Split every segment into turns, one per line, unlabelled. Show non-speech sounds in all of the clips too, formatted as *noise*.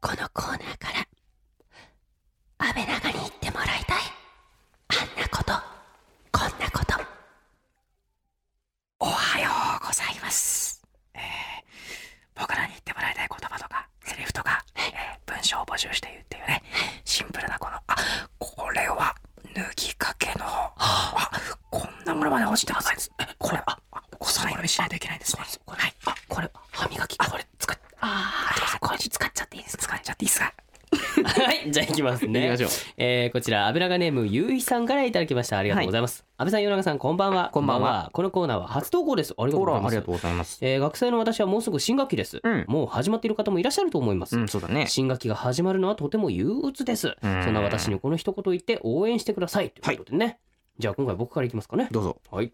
このコーナーから、安倍長に言ってもらいたい。あんなこと、こんなこと。おはようございます。
僕らに言ってもらいたい言葉とかセリフとか、えー文章を募集して言うっていうねシンプルなこのあこれは脱ぎかけのあこんなものまで落ちてますこれはお揃いにしないといけないんですねはいあ
これ、歯磨き、
これ使っ
ああ、これ使っちゃっていいですか
使っちゃっていいですか
はい、じゃあ行きますね。
行きましょう
えーこちら、安倍長ネーム、ゆういさんからいただきました。ありがとうございます。安倍さん、与永さん、こんばんは。
こんばんは
このコーナーは初投稿です。ありがとうご
ほ
ざい
ら、あ
ま
り
す。
がとうございます。
えー学生の私はもうすぐ新学期です、
うん
もう始まっている方もいらっしゃると思います、
うん、そうだね。
新学期が始まるのはとても憂鬱です、
うん
そんな私にこの一言言って応援してくださいということでね、じゃあ今回僕からいきますかね
どうぞ。
はい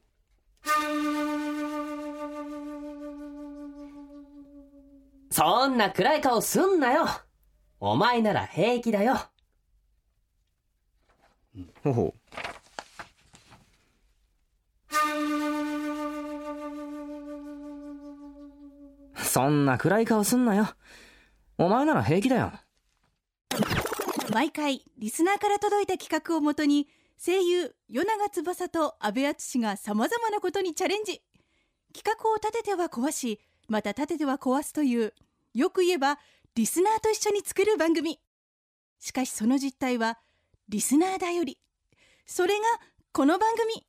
そんな暗い顔すんなよお前なら平気だよ
ほうほう。そんな暗い顔すんなよ。お前なら平気だよ。
毎回リスナーから届いた企画をもとに声優与永翼と阿部淳がさまざまなことにチャレンジ企画を立てては壊しまた立てては壊すというよく言えばリスナーと一緒に作る番組しかしその実態はリスナーだよりそれがこの番組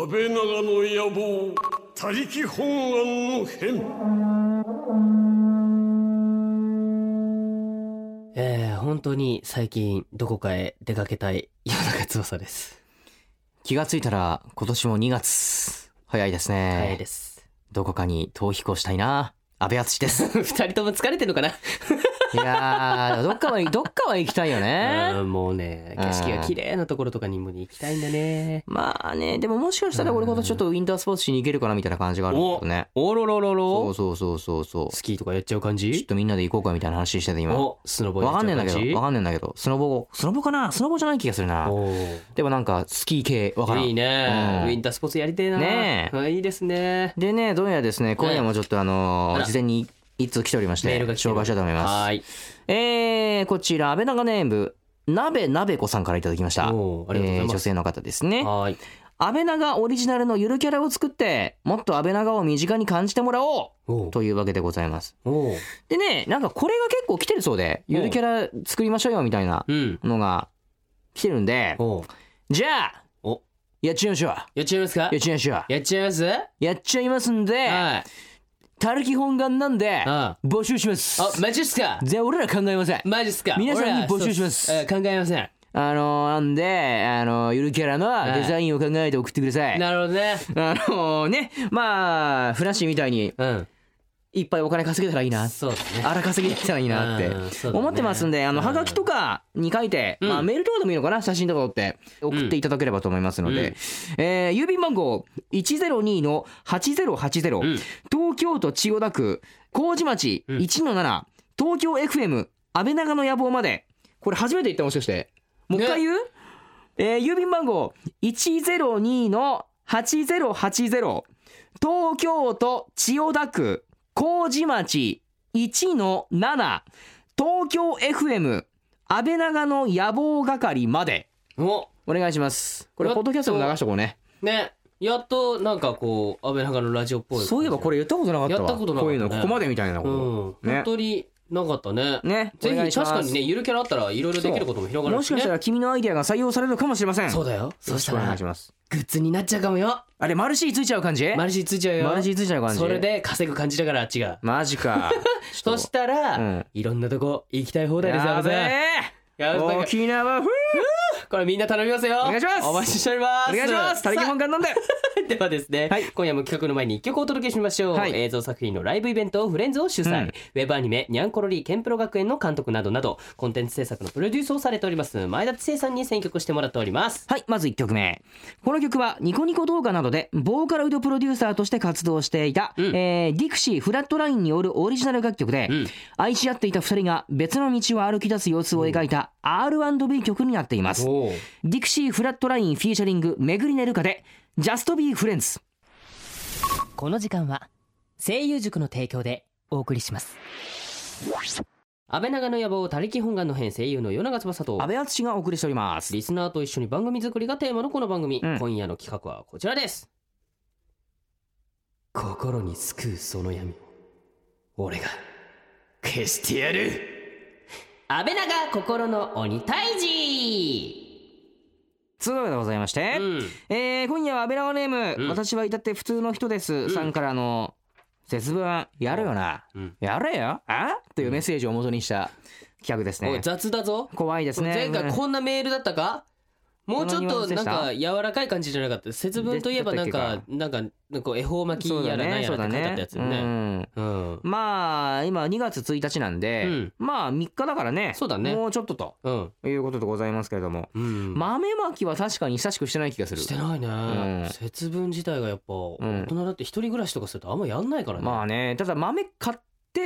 安倍長の野望他力本願の変
えー、本当に最近どこかへ出かけたい夜中翼です
気がついたら、今年も2月。早いですね。
早いです *laughs*
どこかに逃避行したいな。安倍敦です。
二人とも疲れてるのかな、
*laughs* いやー、どっかは、どっかは行きたいよね。
うんもうね景色が綺麗なところとかにも行きたいんだね
まあね、でももしかしたら俺今年ちょっとウィンタースポーツしに行けるかなみたいな感じがあるんだけどね。
おろろろ
そう
ろ
そうそうそうそう。
スキーとかやっちゃう感
ちょっ
じ
とみんなで行こうかみたいな話してて今。
おスノボや
わ
っ
かん
ち
ね
ゃ
え
うん
だ
感
け
じ
ど、わかんねえんだけど、スノボ、スノボかなスノボじゃない気がするな。でもなんか、スキー系、わ
お
か
ー
らん。
いいね、
うん
ウィンタースポーツやりてえな
ねえ
あいいですね
でね、どうやらですね、今夜もちょっとあのー
あら
事前に一通来ておりまして、
メールが来てる
紹介したいと思いま
は
す。
ーい
えー、こちら、安倍長ネーム、鍋鍋子さんからいただきました。
おーありがとうござい
えー
ま
女
す、
性の方ですね。
はーい
安倍長オリジナルのゆるキャラを作って、もっと安倍長を身近に感じてもらお
お
う
う
というわけでございます。
おう
でね、なんかこれが結構来てるそうで、ゆるキャラ作りましょうよみたいな
うん
のが来てるんで、
おう
じゃあ、
お
やっちゃいましょう。
やっちゃいますか
やっちゃいましょう。
やっちゃいますは
やっちゃいますん
い
で、
あ
たるき本願なんで、
あ
募集します。
マジっすか
で、俺ら考えません。
マジっすか
皆さんに
俺ら
募集します
そうっえー考えません
あのー、なんで、あのー、ゆるキャラのデザインを考えて送ってください。
なるほどね
あのー、ね、まあ、フラッシーみたいに、
うん
いっぱいお金稼げたらいいな。
そうだね
荒稼ぎできたらいいなっ
うん
て
そうだね
思ってますんで、あの、
うん
はがきとかに書いて、
うん
まあ、メールとかでもいいのかな、写真とか撮って、送っていただければと思いますので、えー郵便番号
う
102-8080、
ん
東京都千代田区、麹町
うん
1-7、東京 FM、安倍長の野望まで、これ初めて言ったもしかして。もう一回言う、えー郵便番号102-8080、東京都千代田区麹町1の7東京 FM 安倍長の野望係まで
お
お願いしますこれ
やっ
ポ
と
ッドキャストも流しとこうね
ねやっとなんかこう安倍長のラジオっぽい
そういえばこれ言ったことなかったわ
やったことなかったね
こういうのここまでみたいな
うん
こね
本当になかったね
とね
ぜ
お願い
ひ
しま
確か
す
にねゆるキャラあったらいろいろできることも広がる
もしかした
ね
ら君のアイデアが採用されるかもしれません
そう
だ
だよそした
お願
ら
いします
グッズになっちゃうかもよ
あれマルシーついちゃう感じ
マルシーついちゃうよ
マルシーついちゃう感じ
それで稼ぐ感じだからあっちが
マジか
*laughs* そしたら、
うん
いろんなとこ行きたい放題です
や
安
べ
倍さん
え
やべえ
沖縄風
これみんな頼みますよ
お願いします
お待ちしております
お願いしますたりき本願なんで
ではですね、
はい
今夜も企画の前に一曲お届けしましょう、
はい
映像作品のライブイベントをフレンズを主催、
うん
ウェブアニメ「ニャンコロリーケンプロ学園」の監督などなどコンテンツ制作のプロデュースをされております前田知世さんに選曲してもらっております
はい、まず1曲目。この曲はニコニコ動画などでボーカロイドプロデューサーとして活動していた、
うん
えーディクシーフラットラインによるオリジナル楽曲で、
うん
愛し合っていた2人が別の道を歩き出す様子を描いた R&B 曲になっています。
お
ディクシーフラットラインフィーチャリングめぐりねるかで、ジャストビーフレンズ。
この時間は声優塾の提供でお送りします安倍長の野望他力本願の編声優の与永翼と
安倍敦がお送りしております
リスナーと一緒に番組作りがテーマのこの番組、
うん
今夜の企画はこちらです心に救うその闇俺が消してやる安倍長心の鬼退治
つうわけでございまして、
うん
えー今夜は安倍長ネーム、
うん
私は至って普通の人です、
ん
さんからの節分やるよな、
うん
やれよあというメッセージを元にした企画です
おい
ね
雑だぞ
怖いですね
前回こんなメールだったか、もうちょっ
このニュア
と
ンスで
な
し
ん
た
か柔らかい感じじゃなかった節分といえばなん
だった
か
っ
なんかなんか恵方巻き
そう
や
だ
らなん
ね
や
そ
ら
う
って書
だ
いてあった
ね
やつよね
うん
うん
まあ今2月1日なんで、
うん
まあ3日だからね
そうだね
もうちょっとと
うん
いうことでございますけれども、
うん
豆まきは確かに親しくしてない気がする
してないね、
うん
節分自体がやっぱ
ん
大人だって一人暮らしとかするとあんまやんないからね、
まあねただ豆買って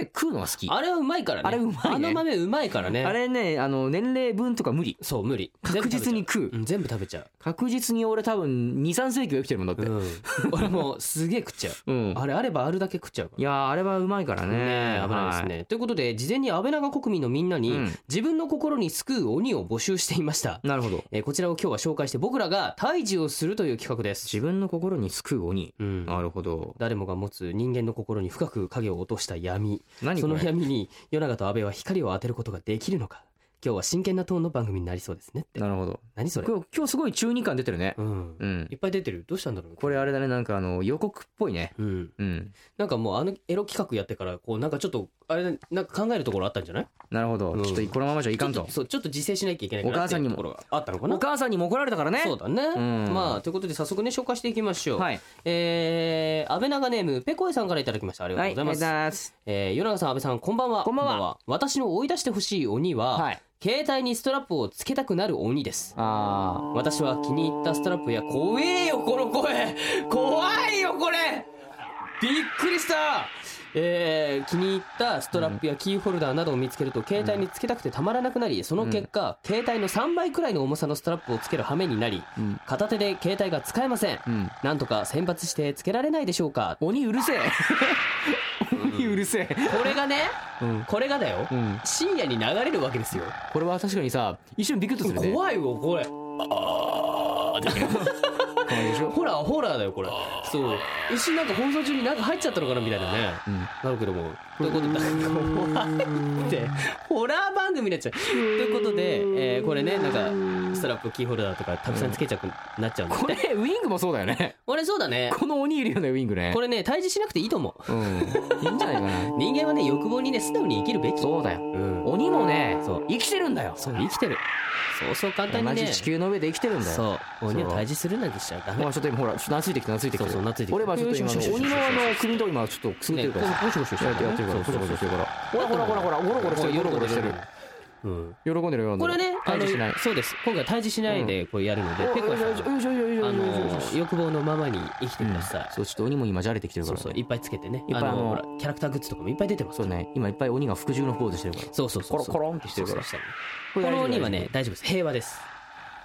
食うのは好き
あれはうまいからね
あれうまいね
あの豆うまいからね
あれねあの年齢分とか無理
そう無理
確実に食う、
全部食べちゃう、
確実に俺多分23世紀は生きてるもんだって
うん全部食べちゃう、うん、俺もうすげえ食っちゃ
*laughs*
う
うん、
あれあればあるだけ食っちゃうから
いやーあれはうまいからね
ねえ危ないですね、ということで事前に安倍長国民のみんなに、
うん
自分の心に救う鬼を募集していました
はい、なるほど
えーこちらを今日は紹介して僕らが退治をするという企画です、
自分の心に救う鬼
うん、
なるほど
誰もが持つ人間の心に深く影を落とした闇
何
そ
こ
の
れ
闇に与永と安倍は光を当てることができるのか今日は真剣なトーンの番組になりそうですねって
なるほど
何それ
今日今日すごい中二感出てるね
うん
うん
いっぱい出てるどうしたんだろう
これあれだねなんかあの予告っぽいね
うん
うん
なんかもうあのエロ企画やってからこうなんかちょっとあれなんか考えるところあったんじゃない
なるほど、
うん
ちょっとこのままじゃいかん
ちょ
と
っそうちょっと自制しなきゃいけないかなっていう
お母さんにも
ところがあったのかな
お母さんにも怒られたからね
そうだね、
うん
まあということで早速ね紹介していきましょう、
はい
えー、安倍長ネームペコエさんからいただきましたありが
は
とう
い
ございます、
ありがとうございます
えー、与永さん安倍さんこんばんは
こんばんは
私の追い出してほしい鬼は、
はい
携帯にストラップをつけたくなる鬼です
あー
私は気に入ったストラップや怖えよこの声怖いよこれびっくりしたえー、気に入ったストラップやキーホルダーなどを見つけると携帯につけたくてたまらなくなりその結果、携帯の3倍くらいの重さのストラップをつける羽目になり、
ん
片手で携帯が使えません、
ん
なんとか選抜してつけられないでしょうか
鬼うるせえ鬼うるせ
こ
え
れがね、
うん
これがだよ、
うん
深夜に流れるわけですよ
これは確かにさ一瞬ビクッとするね
怖いよこれ
怖いでしょ
ホラーホラーだよこれそう一瞬なんか放送中になんか入っちゃったのかなみたいなね、なるけどもということでなんか怖いってホラー番組になっちゃうということで、えーこれねなんかストラップキーホルダーとかたくさんつけちゃくなっちゃうんで、
これウィングもそうだよね
俺そうだね
この鬼いるよねウィングね
これね退治しなくていいと思う
うんいいんじゃないかな
人間はね欲望にね素直に生きるべき
そうだよ
うん
鬼もね
そう
生きてるんだよ
そう生きてるそうそう簡単に
同
ね
じ地球の上で生きてるんだよ
そう鬼を退治するなんてしちゃダメ
ほらちょっと今ほらちょっと懐いてきた懐いてきた
そうそう懐いてきた
俺はちょっと今あ
よしよし
の
よ
鬼
し
のあの首のとこ今ちょっとくすぐってるから
ね
さ
ゴシゴシしてるからね
やってるから
そう
ゴ
そう
シ
そう
ゴシしてるからほらほらほらほらゴロゴロしてるゴロゴロしてる
うん
喜んでる喜んでる
これねあ
退
の
治しない
そうです今回退治しないでこれやるので、
お
ペコさん
よいしょよいしょよいしょ
あ
よいしょよい
の
しょ
欲望のままに生きてください、
そうちょっと鬼も今じゃれてきてるか
そう
ら
そういっぱいつけてね
いっぱいあの
ほらキャラクターグッズとかもいっぱい出てます
そうね今いっぱい鬼が服従のポーズしてるから
そうそうそうそう
コロコロンってしてるから
そうそう
こ
そうこの
大丈夫
鬼はね大丈夫です平和です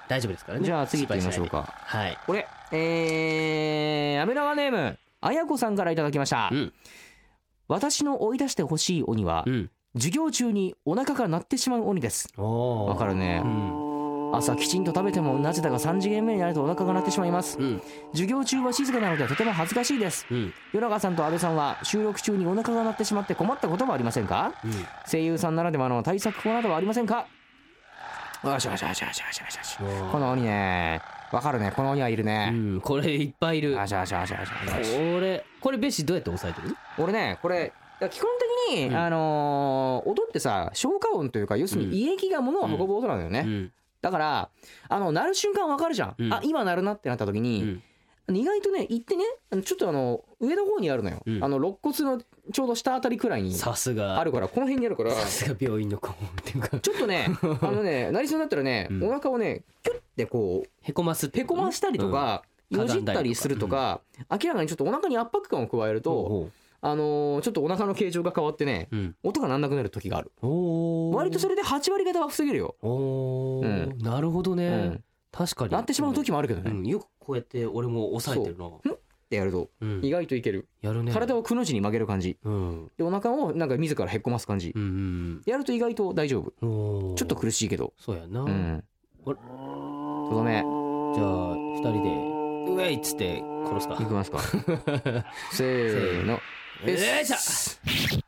大丈夫ですからね
じゃあ次行ってみましょう
失敗
か
しないではい
これえー、アメラワネームあやこさんからいただきました、
うん
私の追い出してほしい鬼は、
うん
授業中にお腹が鳴ってしまう鬼です
お
わかるね
うん
朝きちんと食べてもなぜだか3次元目になるとお腹が鳴ってしまいます
うん
授業中は静かなのでとても恥ずかしいです
うん
与永さんと安倍さんは収録中にお腹が鳴ってしまって困ったことはありませんか声優さんならではの対策法などはありませんかよしよしよしよしよしよしよし
うん
この鬼ねわかるねこの鬼はいる
う
ね、
んこれいっぱいいる
よしよしよしよしよし
これこれベッシーどうやって抑えてる
俺ねこれいや基本的に、
うん
あのー音ってさ消化音というか要する
うん
に胃液が物を運ぶ音なんだよね、
うん
だからあの鳴る瞬間わかるじゃん、
うん
あ今鳴るなってなった時
う
に、
ん
意外とね行ってねあのちょっとあの上の方にあるのよ、
うん
あの肋骨のちょうど下あたりくらいに
さすが
あるからこの辺にあるから
さすが病院の顧問っていうか
ちょっ
*laughs*
とねあのねなりそうになったらね、
うん
お腹をねキュッてこう
へこますって
へ
こ
こと
ね
ましたりとか、
うん
よじったりするとか、明らかにちょっとお腹に圧迫感を加え
う
る
ん
と、
ほ
あのーちょっとお腹の形状が変わってね
ううん
音が鳴んなくなる時がある
おー
割とそれで8割方は防げるよ、
おー
う
なるほどね、
うん
確かに
なってしまう時もあるけど
う
ね、
ん、よくこうやって俺も抑えてるな
そってやると
うん
意外といける、
やるね
体をくの字に曲げる感じ
うん
でお腹をなんか自らへっこます感じ、
うん
やると意外と大丈夫
うんおー
ちょっと苦しいけど
そうやな、
うん
あれ
とどめ
じゃあ二人で「うえい!」っつって殺すか
いきますかせーの
*laughs* よいしょ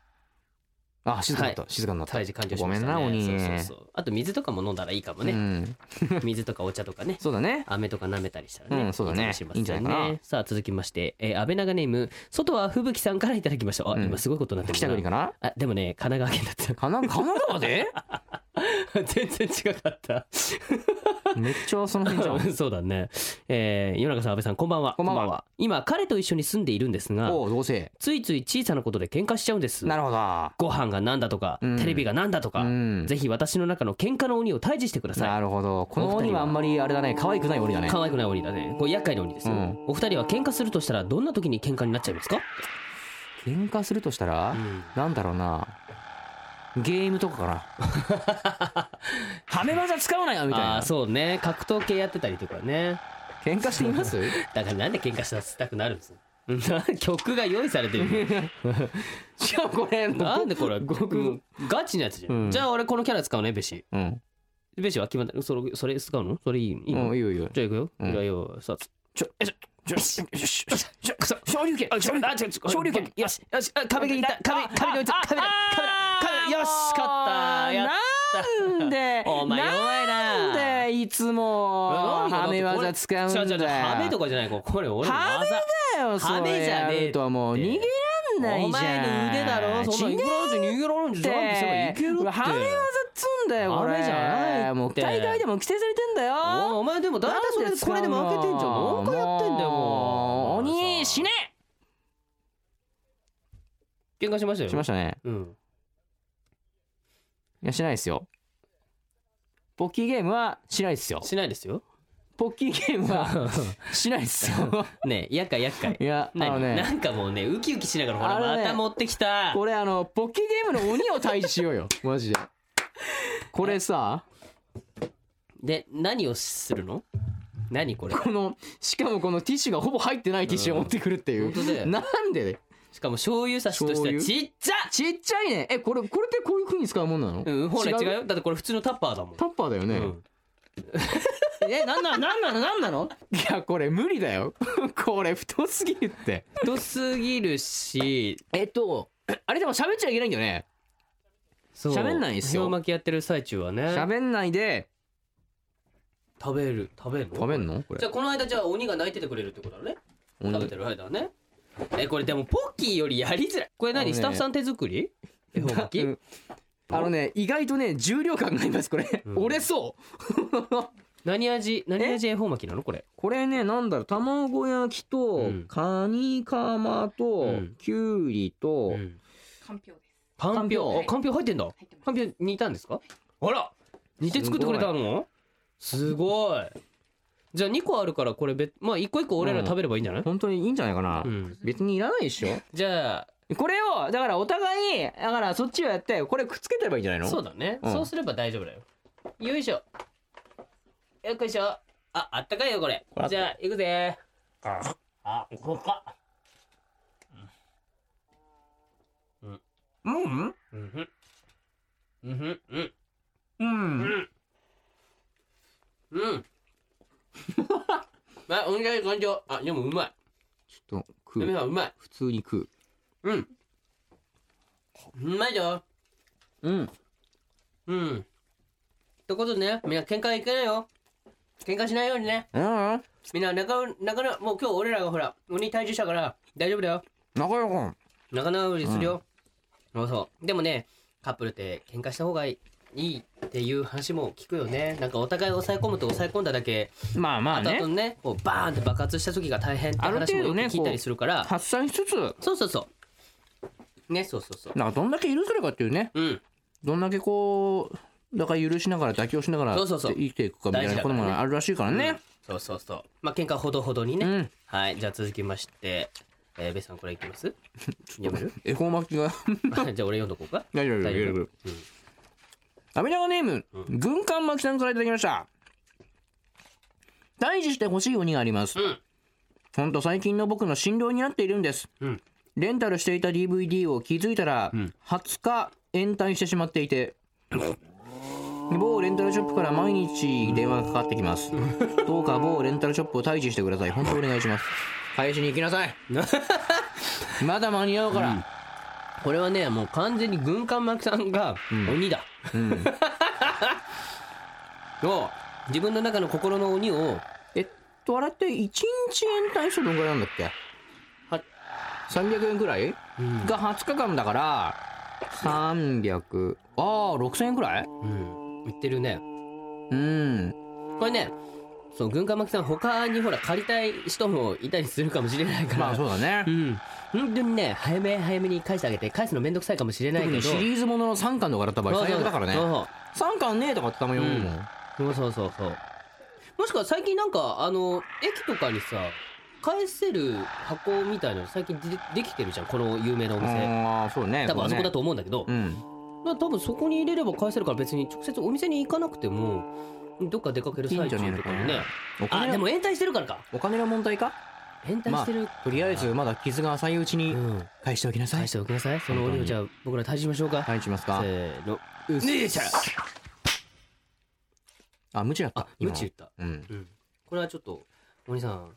あ静かになった、
は
静かになった
退治完了しました、ね、
ごめんな鬼
そうそうそうあと水とかも飲んだらいいかも
う
ね、
ん、
水とかお茶とかね
そうだね
飴とか舐めたりしたらね、
うんそうだね
いいかもしれませ
いいんじゃないかな
さあ続きまして、えー、安倍長ネーム外は吹雪さんからいただきましたあ、
うん
今すごいことになって
北国
る
かな
あでもね神奈川県
かな神奈
*laughs*
川で
だった *laughs* 全然違かった
めっちゃその辺じゃ
*laughs*
ん
そうだねえー、夜中さん安倍さんこんばんは
こんばんは
今彼と一緒に住んでいるんですが
*laughs* おうどうせ
ついつい小さなことで喧嘩しちゃうんです
なるほど
ご飯がなんだとか、
うん
テレビがなんだとか、
うん
ぜひ私の中の喧嘩の鬼を退治してください
なるほどこの
お二
鬼
人は
はあんまりあれだね可愛くない鬼だね
可愛くない鬼だねこれ厄介な鬼ですよ、
うん
お二人は喧嘩するとしたらどんな時に喧嘩になっちゃいますか、
喧嘩するとしたら、なんだろうなゲームとかかなはめ技使うなよみたい
ああ
な
ーそうね格闘系やってたりとかね
喧嘩してみます
だからなんで喧嘩させたくなるんです *laughs* な曲が用意されて *laughs* る
しかもこれ
なんでこれもうガチなやつじゃん、
うん
じゃあ俺このキャラ使うねベシ
うん、
ベシは決まったそれそれ使うのそれいいのいいの、
うん、いいよいいよ
じゃあいくよ、
うん
じゃあよさあ
ちょえちょちょちょちょちょちょくそ昇竜拳
あ、ちょ、あ、ちょ、ちょ、
昇竜拳
よし、よし、あ壁がいた、壁、壁のいた、壁だ、壁だ、壁だ、よし、勝った、やっ
なんで
お前弱いな
なんでいつも
何がだって
はめ技使うんだ
違う違う違う
よ
はめとかじゃない、ここれ俺の技。
はめだよそ
はめ
れ
じゃ
や
ねえ
るともう逃げらんないじゃん
お前の腕だろ、そん
違
な
う
いくらだって逃げられんじゃん、ジャンプすればいけるって。
ハメ技っつうんだよこ
ハ
れ
メじゃないって
もう大会でも規制されてんだ
お
よ
お前でもだいたいそれでこれで負けてんじゃん何回やってんだよもう
鬼死ね
喧嘩しましたよ
しましたね
うん
いやしないですよポッキーゲームはしないですよ
しないですよ
ポッキーゲームはしないですよ
ねえ厄介厄介
*laughs*
*laughs*
い *laughs* やあの
何
ね
なんかもうねウキウキしながらほ
あ
ら
のね
また持ってきた
これあのポッキーゲームの鬼を退治し *laughs* ようよマジでこれさ
で何をするの何これ
このしかもこのティッシュがほぼ入ってないティッシュを持ってくるっていう、
うん本当だよ
なんで
しかも醤油差しとしてはちっちゃ
ちっちゃいねえこれこれってこういう風に使うもんなの、
うんほら違うよだってこれ普通のタッパーだもん
タッパーだよね、
うん
*laughs* えなんなのなんなのなんなのいやこれ無理だよ *laughs* これ太すぎるって
太すぎるし
えっとあれでも喋っちゃいけないんだよね
そう
喋んないんすよ
恵方巻きやってる最中はね
喋んないで
食べる食べるの
食べんのこ
じゃ
れ
あこの間じゃあ鬼が泣いててくれるってことだね食べてる間はねえこれでもポッキーよりやりづらいこれ
あの
何
ね
スタッフさん手作り恵方巻
う
き
んあのね意外とね重量感がありますこれ、
うん
折れそう
何味何味恵方巻きなのこれ
これねなんだろう卵焼きと、
うん
カニカマと、
うん
きゅうりと、
うん
かんぴょうです
かんぴょう
かんぴ
あかんぴょ
ょう
う入ってんだ
入ってます
かんぴょう煮たんですかあら煮て作ってくれたのすごいじゃあ2個あるからこれ別まあ1個1個俺ら食べればいいんじゃない、
本当にいいんじゃないかな、
うん
別にいらないでしょ
じゃ
これをだからお互いだからそっちをやってこれくっつけてればいいんじゃない
あ
の
そうだね、
うん
そうすれば大丈夫だよよいしょよっこいしょああったかいよこれ
これあった
じゃあ行くぜああここかうんふんうんふんう
うん
ん
うん
うん *laughs* あおんじゃい感情あでもうまい
ちょっと食
やめ
う
さんうまい
普通に食う
うんうまいよ
うん
うんってことでねみんな喧嘩いけないよ喧嘩しないようにね
うん
みんななかなかなもう今日俺らがほら鬼退治したから大丈夫だよ
仲良く
仲直りするよ、そうそうでもねカップルって喧嘩した方がいいっていう話も聞くよねなんかお互い抑え込むと抑え込んだだけ
まあまあ
あとあと
ね
ねこうバーンって爆発した時が大変って
ある
話も
程
よ
度
く
ね
聞いたりするから、
発散しつつ
そうそうそうねそうそうそう
なんかどんだけ許せるかっていうね
うん
どんだけこうだから許しながら妥協しながら
そうそうそう
生きていくかみたい
大事
な
だ
こ
か
と
らね
もあるらしいから
う
ね
んそうそうそうまあ喧嘩ほどほどにね、
うん
はいじゃあ続きましてえー、ベスさんこれいきます
*laughs*
読める *laughs*
恵方巻きが
あじゃあ俺読んどこうか
大丈夫
大
大
丈夫
丈夫アメリカネーム、軍艦巻きさんからいただきました退治してほしい鬼があります、
うん
ほんと最近の僕の診療になっているんです、
うん
レンタルしていた DVD を気づいたら
ん
20日延滞してしまっていて、某レンタルショップから毎日電話がかかってきますどうか某レンタルショップを退治してください本当お願いし *laughs* ます返しに行きなさいまだ間に合うから、
これはねもう完全に軍艦巻さんが鬼だ、を自分の中の心の鬼を
えっとあれって1日延滞してどんぐらいなんだっけは300円くらい、が20日間だから300ああ6000円くらい
うん言ってるね
うん
これねそう軍艦巻さん他にほら借りたい人もいたりするかもしれないから
まあそうだね
うん本当にね早め早めに返してあげて返すのめんどくさいかもしれない
特
けど
にシリーズものの3巻とかだった場合最悪だからね
そうそう
3巻ねえとかってたまに思うもん、
うんそうそうそうそうもしくは最近なんかあの駅とかにさ返せる箱みたいなの最近でできてるじゃんこの有名なお店
ああそうね
多分あそこだと
う
思うんだけど、
ねうん
まあ多分そこに入れれば返せるから別に直接お店に行かなくてもどっか出かける最中とかに
いいんじゃ
ね
ないお
あ
金
で
の
も延滞してるからか
お金の問題か
延滞してる、
とりあえずまだ傷が浅いうち
う
に
ん
返しておきなさい
返しておきなさいそのおをじゃあ僕ら退治しましょうか、
返します
せ
か
ーのねえちゃん
あ無知だった
あ無知言った
うん
うんこれはちょっとお兄さん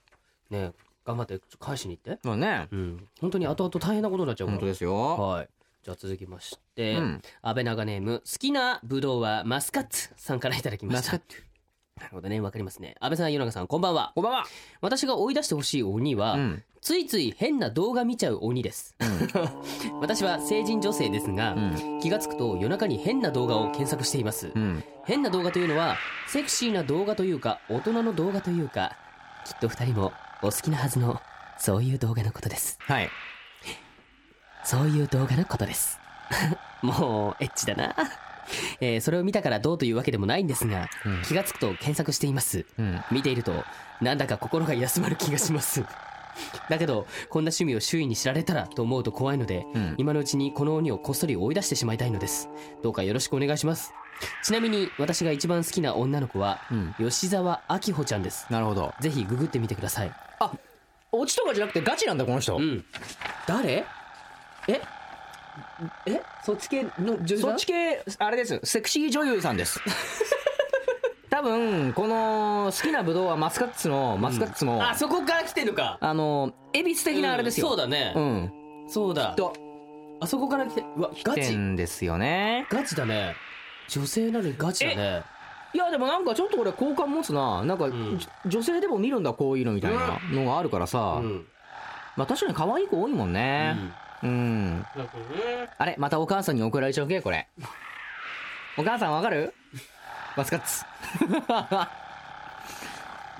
ね頑張ってちょっと返しに行って
そうね
うん、本当に後々大変なことになっちゃうから
本当ですよ
はいじゃあ続きまして、
うん
安倍長ネーム好きなブドウはマスカッツさんからいただきました
マス
なるほどねわかりますね安倍さん与永さんこんばんは
こんばんは
私が追い出してほしい鬼は、
うん
ついつい変な動画見ちゃう鬼です、私は成人女性ですが、
う
気がつくと夜中に変な動画を検索しています、
うん
変な動画というのはセクシーな動画というか大人の動画というかきっと二人もお好きなはずのそういう動画のことです
はい
そういう動画のことです。 *laughs* もう、エッチだな。えーそれを見たからどうというわけでもないんですが、
うん
気がつくと検索しています。
うん
見ていると、なんだか心が休まる気がし *laughs* ます。だけど、こんな趣味を周囲に知られたらと思うと怖いので、
うん
今のうちにこの鬼をこっそり追い出してしまいたいのです。どうかよろしくお願いします。ちなみに、私が一番好きな女の子は、
うん
吉沢明穂ちゃんです。
なるほど
ぜひググってみてください。
オチとかじゃなくてガチなんだこの人
うん。誰ええそっち系の女優さん
そっち系あれですセクシー女優さんです *laughs* 多分この好きなブドウはマスカッツのマスカッツの、
あ、そこから来てるか。
あの恵比寿的なあれですよ、
うんそうだね。
うん
そうだ。
と
あそこから来て、うわ、ガ
て
チ。
んですよね
ガチだね。女性なのにガチだね。
いやでもなんかちょっとこれ好感持つななんか、
ん
じょ女性でも見るんだこういうのみたいなのがあるからさ、
うん。
まあ確かに可愛い子多いもんねうん、あれまたお母さんに怒られちゃうけこれお母さんわかるマスカッツ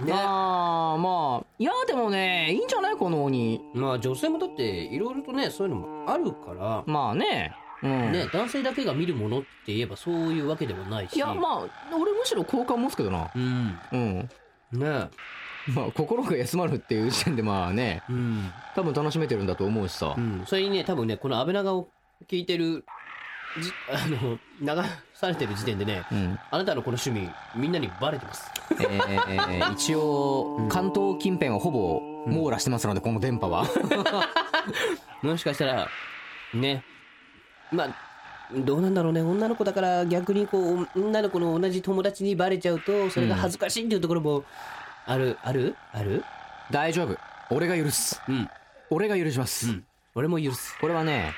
ね。
あーまあいやでもねいいんじゃないこの鬼
まあ女性もだっていろいろとね、そういうのもあるから、
まあねうん
ね、男性だけが見るものって言えばそういうわけではないし。
いやまあ俺むしろ好感持つけどな
うん。
うん
ね
まあ心が休まるっていう時点でまあね
うん。
多分楽しめてるんだと思うしさ、
うん、それにね多分ねこの安倍長を聞いてるじ *laughs* あの流されてる時点でね
うん
あなたのこの趣味みんなにバレてます
え *laughs* ー一応関東近辺はほぼ網羅してますのでこの電波 *laughs* は
もしかしたらねまあどうなんだろうね女の子だから逆にこう女の子の同じ友達にバレちゃうとそれが恥ずかしいっていうところもある、あるある
大丈夫俺が許す
うん
俺が許します、
うん俺も許す
これはね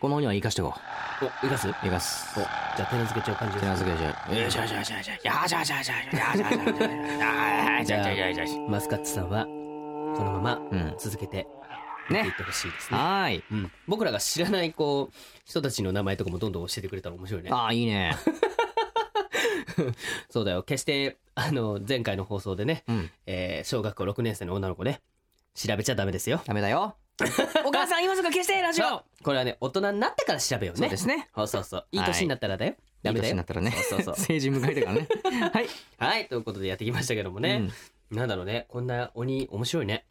この鬼は生かしていこ
お生かすお
う生かす
じゃあ手なずけちゃう感じ
手
で
な
す
ずけじゃよいしょよいしょよいしょよいしょよいしょよいしょよいしょ
じゃあマスカッツさんはこのま
う
ま
ん
続けて見
ね
ていってほしいですね、
はーい
うん、僕らが知らないこう人たちの名前とかもどんどん教えてくれたら面白いね
ああいいね
そうだよ決してあの前回の放送でね、
うん
えー小学校6年生の女の子ね調べちゃダメですよ
ダメだよお母さん今すぐ消してラジ
そうこれはね大人になってから調べようね
そうですね
そうそうそういい年になったらだよ、ダメだ
いい年
よ
になったらね
そうそうそう
成人迎えてからねはい
はいということでやってきましたけどもね、なんだろうねこんな鬼面白いね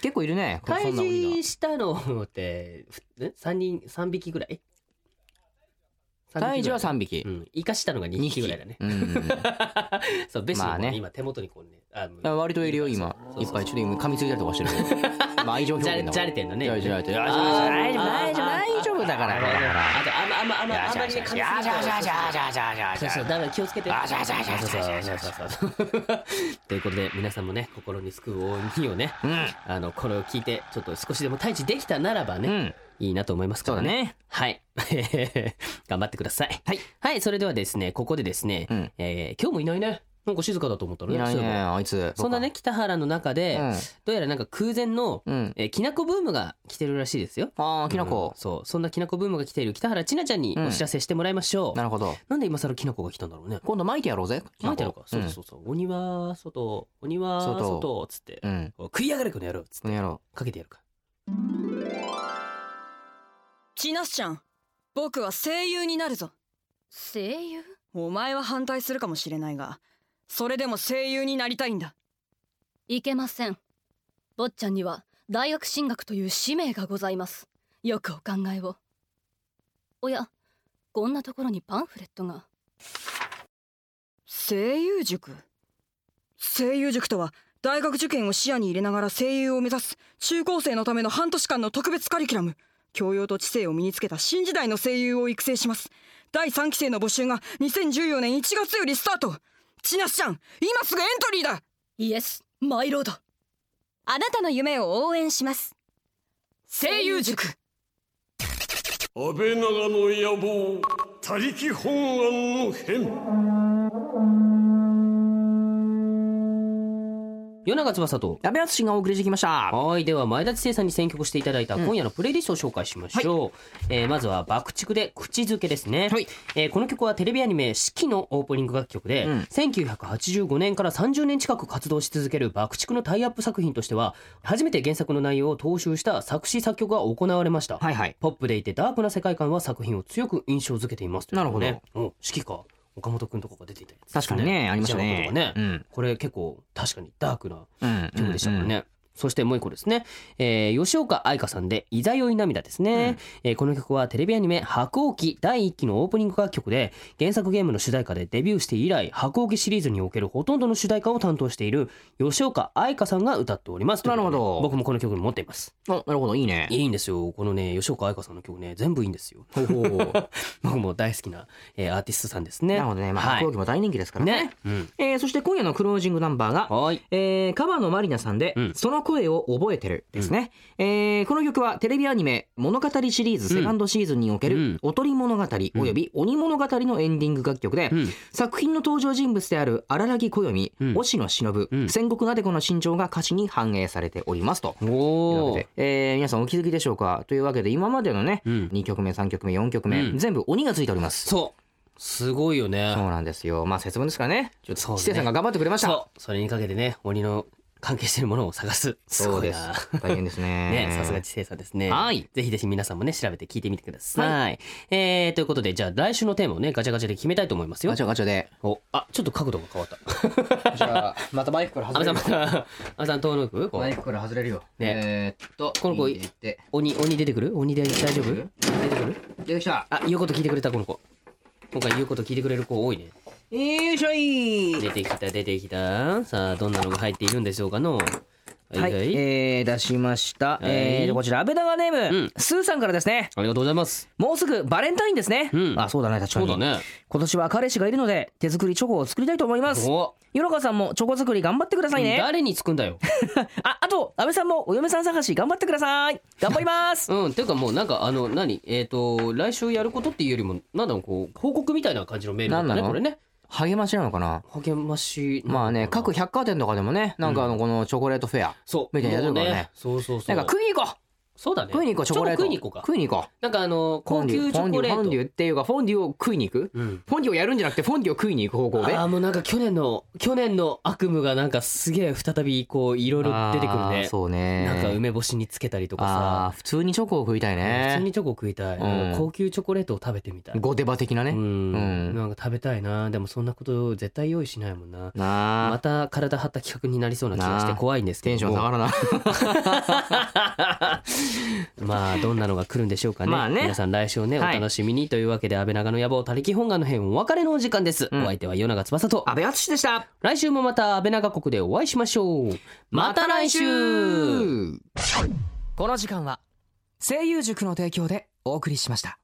結構いるねこそ
退
んな鬼が
治したのってふえ3人3匹ぐらい
胎児は
三
3匹
う。ん生かしたのが2
2
匹
匹。
ぐらいだね
うん。
そうベシも
まあね
ね今手元にこうねあもう
割といるよ、今。いっぱい。ちょっと今噛みついたりとかしてるけど。まあ愛情
じゃれ
表現だ
じゃれてんのね
じゃれじゃれてる
あー
あじゃれじゃれ
あー
大丈夫大丈夫大丈夫だから
あーあーあとあんまあんまあんまあんまりね噛みついてないそうそうだから気をつけて
あじゃあじゃあじゃあ
そうそう
じゃあじ
そ
ゃ
うそうそうということで皆さんもね心に救う応援をね
うん。
あのこれを聞いてちょっと少しでも退治できたならば
う
ね
ん。
いいなと思いますか
そう
ら
だ
ね
ね。
はい。 *laughs* 頑張ってください。
はい。
はい、それではですね、ここでですね、
うん
えー今日もいないね。なんか静かだと思ったら
いない
そういえ
ね、
ば
あいつ。
そんなね、北原の中で、
うん。
どうやらなんか空前の、
うん。
えーきなこブームが来てるらしいですよ。
ああ、きな
う
こ
ん。そう、そんなきなこブームが来ている北原千奈ちゃんに
うん
お知らせしてもらいましょう。
なるほど。
なんで今更きなこが来たんだろうね。
今度巻いてやろうぜ。
巻いてあるか。そううんそうそう。お庭外、お庭
外
外、つって。
うん。
お食い上がれこの野郎、つって。
この野郎。
かけてやるか。
ちなすちゃん僕は声優になるぞ
声優
お前は反対するかもしれないがそれでも声優になりたいんだ
いけません坊っちゃんには大学進学という使命がございますよくお考えをおやこんなところにパンフレットが
声優塾声優塾とは大学受験を視野に入れながら声優を目指す中高生のための半年間の特別カリキュラム教養と知性を身につけた新時代の声優を育成します第3期生の募集が2014年1月よりスタートちなすちゃん今すぐエントリーだ
イエスマイロード
あなたの夢を応援します声優塾
安倍長の野望他力本願の変
夜長翼と、
矢部淳がお送りしてきました。
はい。では、前田知世さんに選曲していただいた今夜のプレイリストを紹介しましょう。えーまずは、爆竹で口づけですね。
はい
えーこの曲はテレビアニメ、四季のオープニング楽曲で、
うん
1985年から30年近く活動し続ける爆竹のタイアップ作品としては、初めて原作の内容を踏襲した作詞作曲が行われました。
はいはい。
ポップでいてダークな世界観は作品を強く印象づけていますということでね。お四季か。岡本くんとかが出ていたやつです、
確かにね、ありました
西山
ね
君。とかね。
うん。
これ結構、確かにダークな。
うん。
曲でしたから
うん
ね。。そしてもう一個ですね、えー吉岡愛香さんで「いざよい涙」ですね、えーこの曲はテレビアニメ「白鸚記」第1期のオープニング楽曲で原作ゲームの主題歌でデビューして以来白鸚記シリーズにおけるほとんどの主題歌を担当している吉岡愛香さんが歌っております
なるほど
ということで僕もこの曲持っています
あ、なるほど、いいね。
いいんですよこのね吉岡愛香さんの曲ね全部いいんですよ
ほうほう。
*laughs* 僕も大好きな、えーアーティストさんですね
なるほどね。まあ、
はい
飛行機も大人気ですからね
ね。うん
えーそして今夜のクロージングナンバーが、
はーい
えー、カバーのマリナさんで、
うん
その声を覚えてるですね、えーこの曲はテレビアニメ物語シリーズセカンドシーズンにおける、
うん
おとり物語および鬼物語のエンディング楽曲で、
うん
作品の登場人物である荒木暦、
うん
押野忍、
うん
戦国なでこの心情が歌詞に反映されておりますと。というわ
お
け
ー
で、えー皆さんお気づきでしょうかというわけで今までのね、
うん
2曲目3曲目4曲目、
うん
全部鬼がついております。
そうすごいよね
そうなんですよまあ節分ですからねちょっ
そう
と
ね
知世さんが頑張ってくれました。
そうそれにかけてね鬼の関係しているものを探すす
*laughs* そう
ごい
です
な。
大変ですね。
*laughs* ね、さすが知性さんですね。
はい。
ぜひぜひ皆さんもね、調べて聞いてみてください。えー、ということで、じゃあ来週のテーマをね、ガチャガチャで決めたいと思いますよ
ガ。チャガチャで。
お、あ、ちょっと角度が変わった。
*laughs* じゃあ、またマイクから
阿部さん、ま *laughs*
よ
た、阿部さん、遠のくこ
マ
う
イクから外れるよ。
ね
えーっと、
この子
右手って
鬼、鬼出てくる鬼で大丈夫
出て
出てくる
出てきた。
あ、言うこと聞いてくれた、この子。今回言うこと聞いてくれる子多いね。
よいしょい
出てきた、出てきた。さあ、どんなのが入っているんでしょうかの。はい、
は、
はいい。
えー、出しました。えー、こちら、安倍長ネーム、
うん
スーさんからですね。
ありがとうございます。
もうすぐバレンタインですね。
うん
あ、そうだね、確
そ
かに。
うだ。ね。
今年は彼氏がいるので、手作りチョコを作りたいと思います。
お、
よろかさんもチョコ作り頑張ってくださいね。
誰につくんだ
*laughs*
よ。
あ、あと、安倍さんもお嫁さん探し頑張ってください。頑張り
*laughs*
ます。
うん、ていうかもうなんかあの何えっ、と来週やることっていうよりもなんだろうこう報告みたいな感じのメールだった
なん
ね
なの
これね
励ましなのかな
励まし
まあね、各
百
百貨店とかでもね、なんかあの、このチョコレートフェア。
そう
みたいなやつとかね
もうそうそうそう
なんか食いに行こう
そうだね
食いに行こう、チョコレート。
食いに行こうか
食いに行こう。
なんかあの
フォ
高
ンデュ
級チョコレ
フォンデュフォンデ
ート
ュっていうか、フォンデュを食いに行く
うん
フォンデュをやるんじゃなくて、フォンデュを食いに行く方向で。
ああもうなんか去年の去年の悪夢がなんかすげえ再びこういろいろ出てくる
あー
ね
そうね。
なんか梅干しにつけたりとか
あ
さ
ー普通にチョコを食いたい
普通
ね
に。チョコ食いたい、
うん
高級チョコレートを食べてみたい
ゴデバ的なね。
うん、
うん
なんか食べたいなでもそんなこと絶対用意しないもんな
な
ま
あ、
た体張った企画になりそうな気がして怖いんですけ
テ
ど
ンション下がらない。
まあどんなのが来るんでしょうかね,、
まあね
皆さん来週をねお
はい
楽しみにというわけで「安倍長の野望他力本願の編」お別れのお時間です、
ん
お相手は与永翼と
*laughs* 安倍敦でした
来週もまた安倍長国でお会いしましょうまた来週
この時間は声優塾の提供でお送りしました